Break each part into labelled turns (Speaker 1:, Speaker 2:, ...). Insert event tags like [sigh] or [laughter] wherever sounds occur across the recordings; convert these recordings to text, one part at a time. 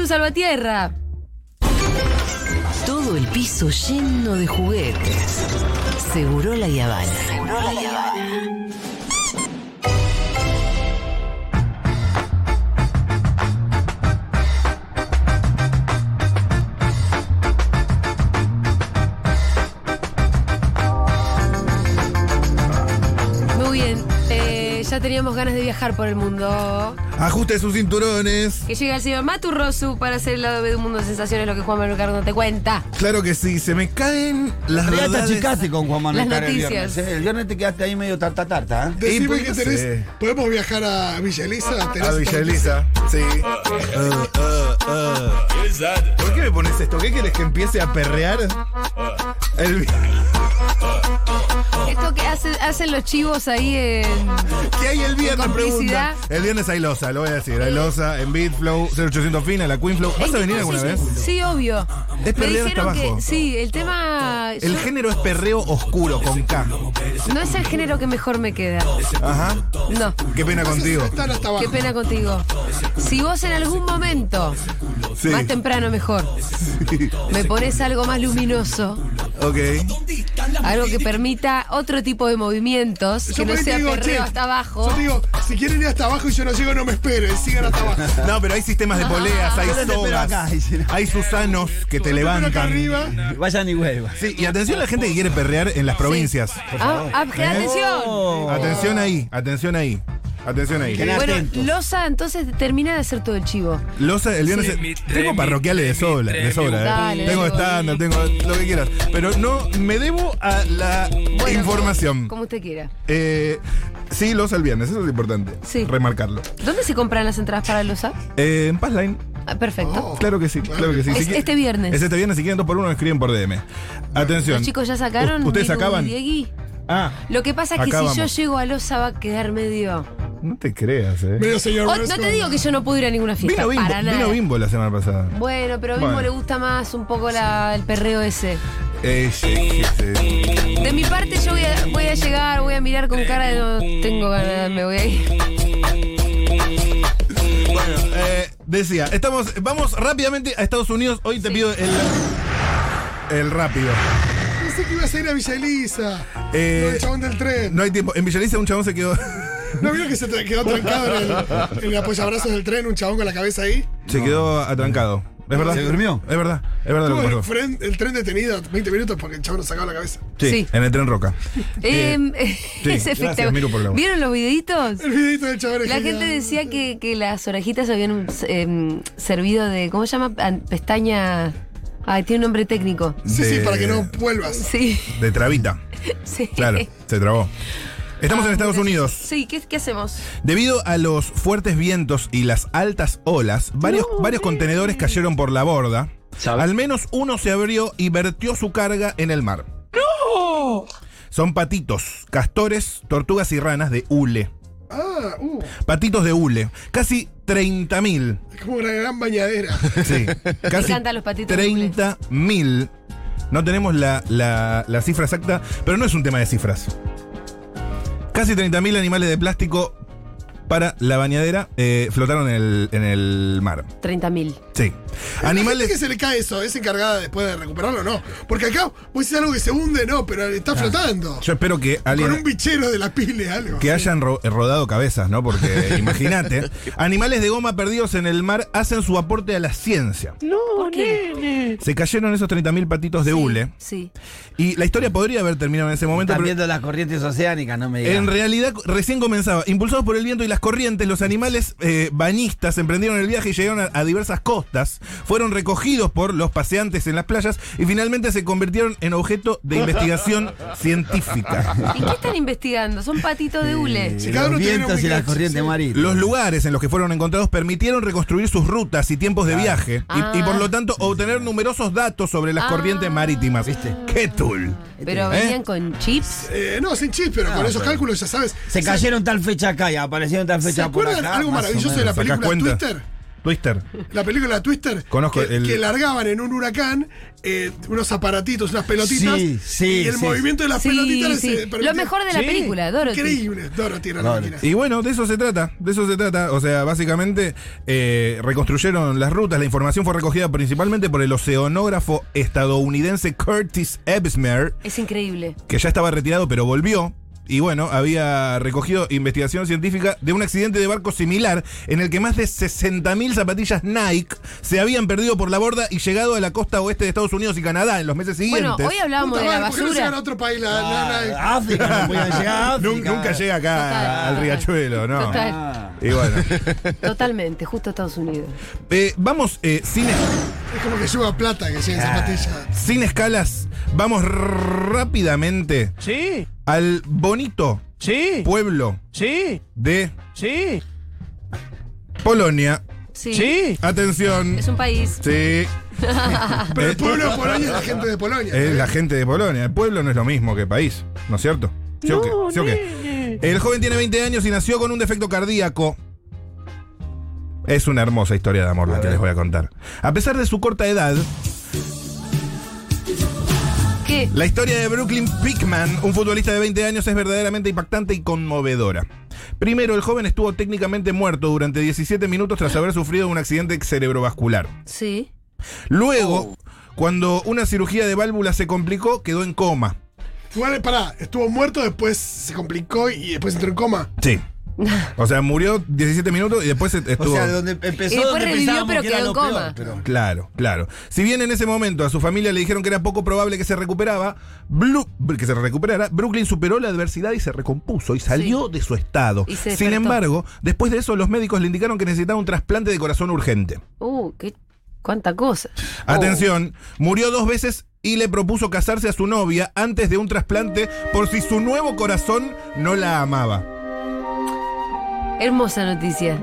Speaker 1: un salvatierra.
Speaker 2: Todo el piso lleno de juguetes. Seguro la Yavana.
Speaker 1: Muy bien. eh, ya teníamos ganas de viajar por el mundo.
Speaker 3: Ajuste sus cinturones.
Speaker 1: Que llega el señor Maturrosu para hacer el lado B de un mundo de sensaciones, lo que Juan Manuel Cardo te cuenta.
Speaker 3: Claro que sí, se me caen las
Speaker 4: Pero ya te
Speaker 3: verdades.
Speaker 4: achicaste con Juan Manuel
Speaker 1: Las
Speaker 4: Carr el
Speaker 1: noticias.
Speaker 4: viernes. ¿eh? El viernes te quedaste ahí medio tarta tarta. ¿eh?
Speaker 3: Y
Speaker 5: Decime
Speaker 3: pues,
Speaker 5: que
Speaker 3: no
Speaker 5: tenés.
Speaker 3: sé.
Speaker 5: ¿Podemos viajar a Villa Elisa? ¿Tenés
Speaker 3: A Ah, Villa Elisa, sí. Ah, ah, ah. ¿Por qué me pones esto? ¿Qué quieres que empiece a perrear? El-
Speaker 1: Esto que hace- hacen los chivos ahí en.
Speaker 3: ¿Qué hay el viernes?
Speaker 1: Complicidad.
Speaker 3: Pregunta. El viernes hay losa, lo voy a decir. Hay losa en Bitflow, 0800 Fina, la Queenflow. ¿Vas a venir alguna
Speaker 1: Sí,
Speaker 3: vez?
Speaker 1: Sí, obvio.
Speaker 3: Es
Speaker 1: Me
Speaker 3: perreo hasta
Speaker 1: dijeron que.
Speaker 3: abajo.
Speaker 1: Sí, el tema.
Speaker 3: El
Speaker 1: yo-
Speaker 3: género es perreo oscuro, con K.
Speaker 1: no es el género que mejor me queda.
Speaker 3: Ajá.
Speaker 1: No.
Speaker 3: Qué pena contigo.
Speaker 5: Están hasta abajo.
Speaker 1: Qué pena contigo. Si vos en algún momento,
Speaker 3: Sí.
Speaker 1: más temprano mejor, me pones algo más luminoso,
Speaker 3: Ok.
Speaker 1: algo que permita otro tipo de movimientos, que
Speaker 5: Yo
Speaker 1: no
Speaker 5: por ahí te
Speaker 1: sea
Speaker 5: digo, che,
Speaker 1: perreo hasta abajo.
Speaker 5: Yo digo, si quieren ir hasta abajo y yo no llego, no me esperen, sigan hasta abajo.
Speaker 3: No, pero hay sistemas de poleas, hay
Speaker 4: Yo les espero acá,
Speaker 3: sogas,
Speaker 4: dice.
Speaker 3: hay susanos que te
Speaker 5: Pero acá
Speaker 3: levantan.
Speaker 5: arriba,
Speaker 4: Vayan y vuelvan.
Speaker 3: Sí, y atención a la gente que quiere perrear en las provincias.
Speaker 1: Ah, ah,
Speaker 3: ¿Eh?
Speaker 1: atención.
Speaker 3: Atención ahí, atención ahí. Atención ahí.
Speaker 4: Qué
Speaker 1: Bueno,
Speaker 4: atentos.
Speaker 1: Losa, entonces termina de hacer todo el chivo.
Speaker 3: Los, el viernes tengo parroquiales de sobra, de sobra, ¿eh?
Speaker 1: Dale,
Speaker 3: tengo
Speaker 1: dale.
Speaker 3: estándar, tengo lo que quieras. Pero no me debo a la
Speaker 1: Bueno,
Speaker 3: información.
Speaker 1: Como, como usted quiera.
Speaker 3: Eh, sí, los el viernes, eso es importante.
Speaker 1: Sí.
Speaker 3: Remarcarlo.
Speaker 1: ¿Dónde se compran las entradas para Losa?
Speaker 3: Eh, en Passline.
Speaker 1: Ah, perfecto.
Speaker 3: Claro que sí, claro que sí.
Speaker 1: Es
Speaker 3: Si qui-
Speaker 1: este viernes.
Speaker 3: Es este viernes, si quieren dos por uno, escriben por DM. Atención.
Speaker 1: Los chicos ya sacaron.
Speaker 3: U- ¿Ustedes
Speaker 1: Miru y
Speaker 3: acaban?
Speaker 1: Diegui.
Speaker 3: Ah,
Speaker 1: Lo que pasa es que
Speaker 3: Acá
Speaker 1: si yo
Speaker 3: vamos.
Speaker 1: llego a Losa va a quedar medio.
Speaker 3: no te creas, eh.
Speaker 5: medio señor
Speaker 1: Oh, no
Speaker 5: Brosco.
Speaker 1: te digo que yo no pude ir a ninguna fiesta.
Speaker 3: Vino bimbo,
Speaker 1: para nada.
Speaker 3: vino bimbo la semana pasada.
Speaker 1: Bueno, pero a Bimbo
Speaker 3: Bueno.
Speaker 1: le gusta más un poco la- el perreo ese.
Speaker 3: Eh, sí, sí, sí.
Speaker 1: De mi parte yo voy a, voy a llegar, voy a mirar con cara de no tengo ganas, me voy a ir.
Speaker 3: Bueno, eh, decía, estamos, vamos rápidamente a Estados Unidos. Hoy te
Speaker 1: Sí.
Speaker 3: pido el, el rápido.
Speaker 5: Pensé que ibas a ir a Villa Elisa.
Speaker 3: Eh,
Speaker 5: Lo del chabón del tren.
Speaker 3: No hay tiempo. En Villaliza un chabón se quedó.
Speaker 5: ¿No vio que se tra- quedó trancado en el, en el apoyabrazos del tren, un chabón con la cabeza ahí?
Speaker 3: [laughs] Se quedó atrancado. ¿Es verdad?
Speaker 4: ¿Se durmió?
Speaker 3: Es verdad, es verdad lo
Speaker 5: Tuvo
Speaker 3: que
Speaker 5: el,
Speaker 3: pasó.
Speaker 5: fren- el tren detenido 20 minutos porque el chabón no sacaba la cabeza.
Speaker 3: Sí,
Speaker 1: Sí.
Speaker 3: en el tren Roca.
Speaker 1: Eh, [laughs] es
Speaker 3: gracias, Miru, por
Speaker 1: espectacular.
Speaker 3: la voz.
Speaker 1: ¿Vieron los videitos?
Speaker 5: El videito del chabón es
Speaker 1: La
Speaker 5: genial.
Speaker 1: gente decía que, que las orejitas habían eh, servido de, ¿cómo se llama? An- Pestaña... Ay, tiene un nombre técnico.
Speaker 5: Sí, sí,
Speaker 3: de-
Speaker 5: para que no vuelvas.
Speaker 1: Sí,
Speaker 3: De [laughs] trabita.
Speaker 1: sí.
Speaker 3: Claro, se trabó. Estamos en Estados Unidos.
Speaker 1: Sí, ¿qué, qué hacemos?
Speaker 3: Debido a los fuertes vientos y las altas olas, varios, varios contenedores cayeron por la borda.
Speaker 4: ¿Sabe?
Speaker 3: Al menos uno se abrió y vertió su carga en el mar. ¡No! Son patitos, castores, tortugas y ranas de hule.
Speaker 5: Ah, uh,
Speaker 3: Patitos de hule. Casi 30.000.
Speaker 5: es como una gran bañadera.
Speaker 1: [laughs]
Speaker 3: Sí, casi
Speaker 1: encantan los patitos de hule.
Speaker 3: 30.000. No tenemos la, la- la cifra exacta, pero no es un tema de cifras. Casi 30.000 animales de plástico para la bañadera eh, flotaron en el, en el mar.
Speaker 1: 30.000.
Speaker 3: Sí.
Speaker 5: Animales. que
Speaker 3: Animales.
Speaker 5: se le cae eso? ¿Es encargada después de recuperarlo o no? Porque acá vos decís algo que se hunde, no, pero está flotando.
Speaker 3: Yo espero que
Speaker 5: Con un
Speaker 3: alguien.
Speaker 5: bichero de la pile, algo.
Speaker 3: Que hayan ro- rodado cabezas, ¿no?
Speaker 5: [laughs]
Speaker 3: Porque imagínate. Animales de goma perdidos en el mar hacen su aporte a la ciencia.
Speaker 1: ¿Por qué?
Speaker 3: Se cayeron esos 30.000 patitos de hule.
Speaker 1: Sí.
Speaker 3: Y la historia podría haber terminado en ese momento,
Speaker 4: Están
Speaker 3: pero
Speaker 4: viendo las corrientes oceánicas, no me
Speaker 3: En
Speaker 4: digas.
Speaker 3: realidad recién comenzaba. Impulsados por el viento y las corrientes, los animales eh, bañistas emprendieron el viaje y llegaron a, a diversas costas. Fueron recogidos por los paseantes en las playas y finalmente se convirtieron en objeto de
Speaker 1: [laughs]
Speaker 3: investigación científica.
Speaker 1: ¿Y qué están investigando? Son patitos de hule.
Speaker 5: Sí. Si cada
Speaker 4: Eh, Los
Speaker 5: uno tiene
Speaker 4: vientos
Speaker 5: un
Speaker 4: y las
Speaker 5: micro-
Speaker 4: corrientes
Speaker 5: sí.
Speaker 4: marinas.
Speaker 3: Los lugares en los que fueron encontrados permitieron reconstruir sus rutas y tiempos de viaje y-
Speaker 1: Ah.
Speaker 3: y, por lo tanto obtener numerosos datos sobre las
Speaker 1: Ah.
Speaker 3: corrientes marítimas.
Speaker 4: ¿Viste?
Speaker 3: ¡Qué tool!
Speaker 1: Pero
Speaker 3: ¿Eh?
Speaker 1: venían con chips.
Speaker 5: Eh, no, sin chip, pero con esos cálculos ya sabes.
Speaker 4: Se
Speaker 5: O sea,
Speaker 4: cayeron tal fecha acá y aparecieron tal
Speaker 5: ¿Se
Speaker 4: fecha por
Speaker 5: acuerdan
Speaker 4: acá.
Speaker 5: algo
Speaker 4: más o
Speaker 5: maravilloso de la
Speaker 3: menos.
Speaker 5: película
Speaker 3: Sacás cuenta.
Speaker 5: Twitter?
Speaker 3: Twister.
Speaker 5: La película Twister
Speaker 3: Conozco
Speaker 5: que,
Speaker 3: el-
Speaker 5: que largaban en un huracán eh, unos aparatitos, unas pelotitas
Speaker 4: Sí, sí,
Speaker 5: y el
Speaker 4: sí.
Speaker 5: movimiento de las
Speaker 1: Sí,
Speaker 5: pelotitas les,
Speaker 1: sí.
Speaker 5: eh, permitía-
Speaker 1: Lo mejor de la
Speaker 4: Sí.
Speaker 1: película, Dorothy.
Speaker 5: Increíble, Dorothy era la
Speaker 4: Dorothy.
Speaker 5: máquina.
Speaker 3: Y bueno, de eso se trata, de eso se trata. O sea, básicamente eh, reconstruyeron las rutas. La información fue recogida principalmente por el oceanógrafo estadounidense Curtis Ebsmer,
Speaker 1: Es increíble.
Speaker 3: que ya estaba retirado pero volvió. Y bueno, había recogido investigación científica de un accidente de barco similar en el que más de 60.000 zapatillas Nike se habían perdido por la borda y llegado a la costa oeste de Estados Unidos y Canadá en los meses
Speaker 1: Bueno,
Speaker 3: siguientes.
Speaker 1: hoy hablábamos
Speaker 5: Puta
Speaker 1: de la
Speaker 5: madre, ¿por qué no se van a
Speaker 1: basura.
Speaker 5: otro país la- la- la-
Speaker 4: Ah, África, no podían llegar
Speaker 5: [laughs]
Speaker 4: a
Speaker 3: Nun-
Speaker 4: África.
Speaker 3: Nunca llega acá
Speaker 1: Total.
Speaker 3: al riachuelo, ¿no?
Speaker 1: Total.
Speaker 4: Ah.
Speaker 3: Y bueno,
Speaker 1: Totalmente, justo Estados Unidos.
Speaker 3: Eh, vamos eh, sin...
Speaker 5: Es
Speaker 3: ah.
Speaker 5: como que lleva plata que llega en zapatilla.
Speaker 3: sin escalas, vamos r- rápidamente
Speaker 6: Sí,
Speaker 3: al bonito
Speaker 6: sí,
Speaker 3: pueblo
Speaker 6: sí,
Speaker 3: de
Speaker 6: sí,
Speaker 3: Polonia.
Speaker 1: Sí.
Speaker 6: sí.
Speaker 3: Atención.
Speaker 1: Es un país.
Speaker 3: Sí,
Speaker 5: Pero
Speaker 3: Eh,
Speaker 5: el pueblo de Polonia es la gente de Polonia.
Speaker 3: es la gente de Polonia. El pueblo no es lo mismo que país, ¿no es cierto? ¿Sí o qué?
Speaker 6: No,
Speaker 3: ¿Sí o qué?
Speaker 6: nene.
Speaker 3: El joven tiene 20 años y nació con un defecto cardíaco. Es una hermosa historia de amor la que les voy a contar. A pesar de su corta edad,
Speaker 1: ¿Qué?
Speaker 3: La historia de Brooklyn Pickman, un futbolista de 20 años, es verdaderamente impactante y conmovedora. Primero, el joven estuvo técnicamente muerto durante 17 minutos tras haber sufrido un accidente cerebrovascular.
Speaker 1: Sí.
Speaker 4: Oh.
Speaker 3: Luego, cuando una cirugía de válvula se complicó, quedó en coma.
Speaker 5: Igual, pará, estuvo muerto, después se complicó y después entró en coma.
Speaker 3: Sí. O sea, murió 17 minutos y después
Speaker 4: O
Speaker 3: estuvo...
Speaker 4: sea, donde empezó.
Speaker 1: Y después
Speaker 4: donde
Speaker 1: revivió,
Speaker 4: pensábamos
Speaker 1: pero
Speaker 4: que era
Speaker 1: quedó en
Speaker 4: lo peor,
Speaker 1: coma.
Speaker 4: pero-
Speaker 3: Claro, claro. Si bien en ese momento a su familia le dijeron que era poco probable que se recuperaba, Blu- que se recuperara, Brooklyn superó la adversidad y se recompuso y salió de su estado.
Speaker 1: Y se
Speaker 3: Sin
Speaker 1: despertó.
Speaker 3: embargo, después de eso los médicos le indicaron que necesitaba un trasplante de corazón urgente.
Speaker 1: Uh, qué. Cuánta cosa.
Speaker 3: Atención, murió dos veces y le propuso casarse a su novia antes de un trasplante por si su nuevo corazón no la amaba.
Speaker 1: Oh, hermosa noticia.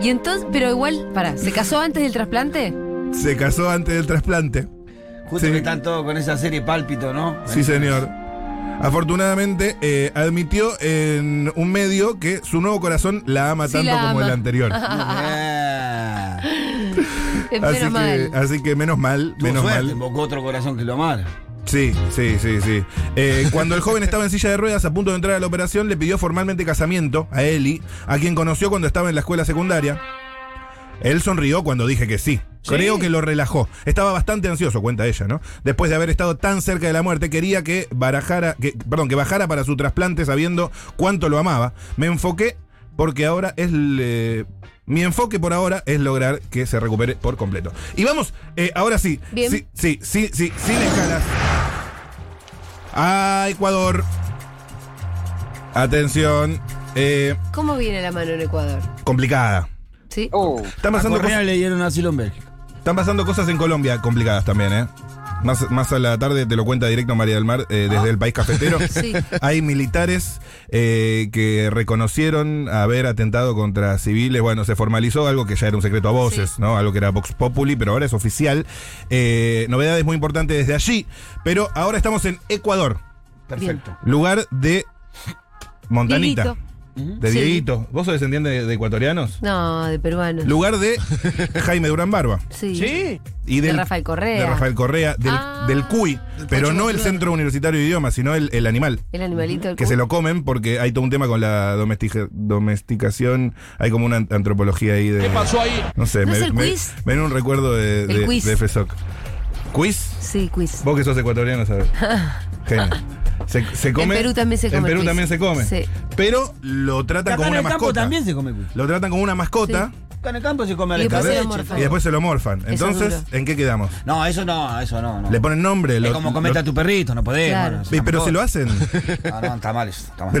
Speaker 1: Y entonces, pero igual, pará, ¿se casó antes del trasplante?
Speaker 3: Se casó antes del trasplante.
Speaker 4: Justo
Speaker 3: Sí.
Speaker 4: que están todos con esa serie pálpito, ¿no?
Speaker 3: Sí, señor. Afortunadamente, eh, admitió en un medio que su nuevo corazón la ama
Speaker 1: Sí,
Speaker 3: tanto
Speaker 1: la
Speaker 3: como
Speaker 1: ama.
Speaker 3: el
Speaker 1: [laughs]
Speaker 3: anterior.
Speaker 4: Ah.
Speaker 1: Eh,
Speaker 3: Así
Speaker 1: Pero
Speaker 3: que, ah.
Speaker 1: mal.
Speaker 3: así que menos mal,
Speaker 4: Tuvo
Speaker 3: menos
Speaker 4: suerte,
Speaker 3: mal.
Speaker 4: invocó otro corazón que lo amara.
Speaker 3: Sí, sí, sí, sí. Eh, [laughs] cuando el joven estaba en silla de ruedas a punto de entrar a la operación, le pidió formalmente casamiento a Eli, a quien conoció cuando estaba en la escuela secundaria. Él sonrió cuando dije que sí. Creo que lo relajó. Estaba bastante ansioso, cuenta ella, ¿no? Después de haber estado tan cerca de la muerte, quería que barajara, que, perdón, que bajara para su trasplante sabiendo cuánto lo amaba. Me enfoqué porque ahora es el, eh, mi enfoque por ahora es lograr que se recupere por completo. Y vamos, eh, ahora sí,
Speaker 1: Bien.
Speaker 3: sí, sí, sí, sí, sin escalas. A Ecuador. Atención, eh,
Speaker 1: ¿Cómo viene la mano en Ecuador?
Speaker 3: complicada.
Speaker 1: ¿Sí?
Speaker 3: Están
Speaker 4: A
Speaker 3: pasando
Speaker 4: Correa
Speaker 3: cosas.
Speaker 4: le dieron asilo en Bélgica.
Speaker 3: Están pasando cosas en Colombia complicadas también, ¿eh? Más, más a la tarde te lo cuenta directo María del Mar eh, desde el país cafetero. [laughs]
Speaker 1: Sí.
Speaker 3: Hay militares eh, que reconocieron haber atentado contra civiles. Bueno, se formalizó algo que ya era un secreto a voces,
Speaker 1: Sí.
Speaker 3: ¿no? Algo que era Vox Populi, pero ahora es oficial. Eh, novedades muy importantes desde allí. Pero ahora estamos en Ecuador,
Speaker 4: Perfecto.
Speaker 3: lugar de Montanita.
Speaker 1: Dieguito.
Speaker 3: De
Speaker 1: Sí.
Speaker 3: Dieguito. ¿Vos sos descendiente de, de ecuatorianos?
Speaker 1: No, de peruanos.
Speaker 3: Lugar de Jaime Durán Barba.
Speaker 1: Sí.
Speaker 6: Sí,
Speaker 3: Y
Speaker 1: De
Speaker 3: del-
Speaker 1: Rafael Correa.
Speaker 3: de Rafael Correa, del,
Speaker 1: Ah.
Speaker 3: del CUI,
Speaker 5: Del
Speaker 3: pero
Speaker 5: Pancho
Speaker 3: no el
Speaker 5: Barcelona.
Speaker 3: Centro Universitario de Idiomas, sino el, el animal.
Speaker 1: El animalito. del
Speaker 3: Que
Speaker 1: cu-
Speaker 3: se lo comen porque hay todo un tema con la domestica- domesticación, hay como una ant- antropología ahí de...
Speaker 6: ¿qué pasó ahí?
Speaker 3: No sé,
Speaker 1: ¿No
Speaker 3: me,
Speaker 1: es el
Speaker 3: me-
Speaker 1: quiz?
Speaker 3: me viene un recuerdo de,
Speaker 1: El
Speaker 3: de-
Speaker 1: quiz.
Speaker 3: de FESOC. ¿Quiz?
Speaker 1: Sí, quiz.
Speaker 3: Vos que sos
Speaker 1: [laughs]
Speaker 3: ecuatoriano, sabes. Genio. Se, se come,
Speaker 1: Perú también se
Speaker 3: En
Speaker 1: come
Speaker 3: Perú
Speaker 1: quiz.
Speaker 3: también se come.
Speaker 1: Sí.
Speaker 3: Pero lo tratan
Speaker 4: Acá
Speaker 3: como una
Speaker 4: en el campo
Speaker 3: mascota.
Speaker 4: también se come cuy.
Speaker 3: Lo tratan como una mascota
Speaker 4: Acá en el campo se come
Speaker 1: Y
Speaker 4: al
Speaker 1: después se lo
Speaker 4: escabeche.
Speaker 1: morfa.
Speaker 3: y después se lo morfan.
Speaker 1: Eso es
Speaker 3: Entonces,
Speaker 1: duro.
Speaker 3: ¿en qué quedamos?
Speaker 4: No, eso no, eso no. no.
Speaker 3: Le ponen nombre.
Speaker 4: es
Speaker 3: lo-
Speaker 4: como comete
Speaker 3: lo-
Speaker 4: a tu perrito, no podés.
Speaker 1: Claro.
Speaker 4: bueno, es
Speaker 3: Sí,
Speaker 4: una
Speaker 3: pero si lo
Speaker 4: mascota.
Speaker 3: hacen.
Speaker 4: [laughs] No, no, está mal eso, está mal.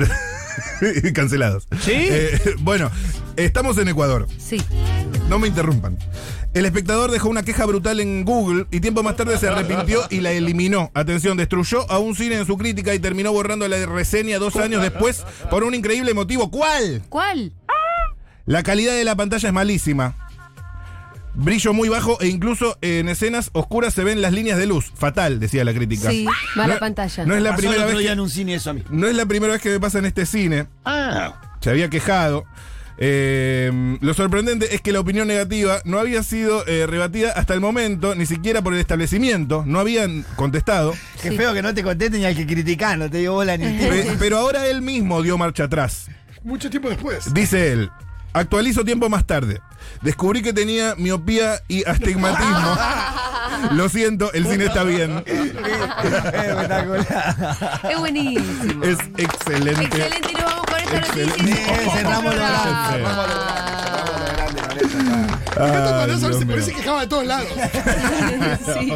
Speaker 3: Pero- [laughs] cancelados.
Speaker 6: ¿Sí?
Speaker 3: Eh, bueno, estamos en Ecuador.
Speaker 1: Sí.
Speaker 3: No me interrumpan. El espectador dejó una queja brutal en Google y tiempo más tarde se arrepintió y la eliminó. Atención, destruyó a un cine en su crítica y terminó borrando la reseña dos años después por un increíble motivo. ¿Cuál?
Speaker 1: ¿Cuál?
Speaker 3: La calidad de la pantalla es malísima. Brillo muy bajo e incluso en escenas oscuras se ven las líneas de luz. Fatal, decía la crítica.
Speaker 1: Sí, mala
Speaker 3: No-
Speaker 1: pantalla.
Speaker 3: No es la
Speaker 4: Pasó el
Speaker 3: primera
Speaker 4: otro
Speaker 3: vez
Speaker 4: día
Speaker 3: que-
Speaker 4: en un cine eso a mí.
Speaker 3: no es la primera vez que me pasa en este cine. Se había quejado. Eh, lo sorprendente es que la opinión negativa no había sido eh, rebatida hasta el momento, ni siquiera por el establecimiento, no habían contestado.
Speaker 4: Qué
Speaker 1: Sí.
Speaker 4: feo que no te contesten y al que criticar, no te dio [laughs] bola ni
Speaker 1: [laughs]
Speaker 3: Pe-
Speaker 4: usted.
Speaker 3: pero ahora él mismo dio marcha atrás.
Speaker 5: Mucho tiempo después.
Speaker 3: Dice él, actualizo tiempo más tarde. Descubrí que tenía miopía y
Speaker 1: [laughs]
Speaker 3: astigmatismo. Lo siento, el cine está bien.
Speaker 4: Espectacular.
Speaker 1: Es buenísimo.
Speaker 3: [laughs] Es excelente.
Speaker 1: Excelente, y nos vamos con esta noticia.
Speaker 3: Excelente.
Speaker 1: y cerramos
Speaker 4: Bien, cerramos
Speaker 1: el
Speaker 4: lo grande,
Speaker 1: programa.
Speaker 3: cerramos
Speaker 5: Me encanta cuando
Speaker 3: Ay,
Speaker 5: Alonso
Speaker 3: Dios
Speaker 5: se
Speaker 3: mío.
Speaker 5: parece que quejaba de
Speaker 3: [laughs]
Speaker 5: todos lados.
Speaker 1: Sí.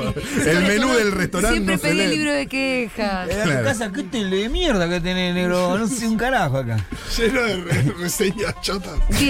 Speaker 3: El menú del restaurante
Speaker 1: Siempre
Speaker 3: no se
Speaker 1: pedí
Speaker 3: lee.
Speaker 1: el libro de quejas.
Speaker 4: Era
Speaker 3: Claro.
Speaker 4: tu casa, qué tele de mierda que tenés, negro. No sé un carajo acá.
Speaker 5: Lleno de re- reseñas chotas.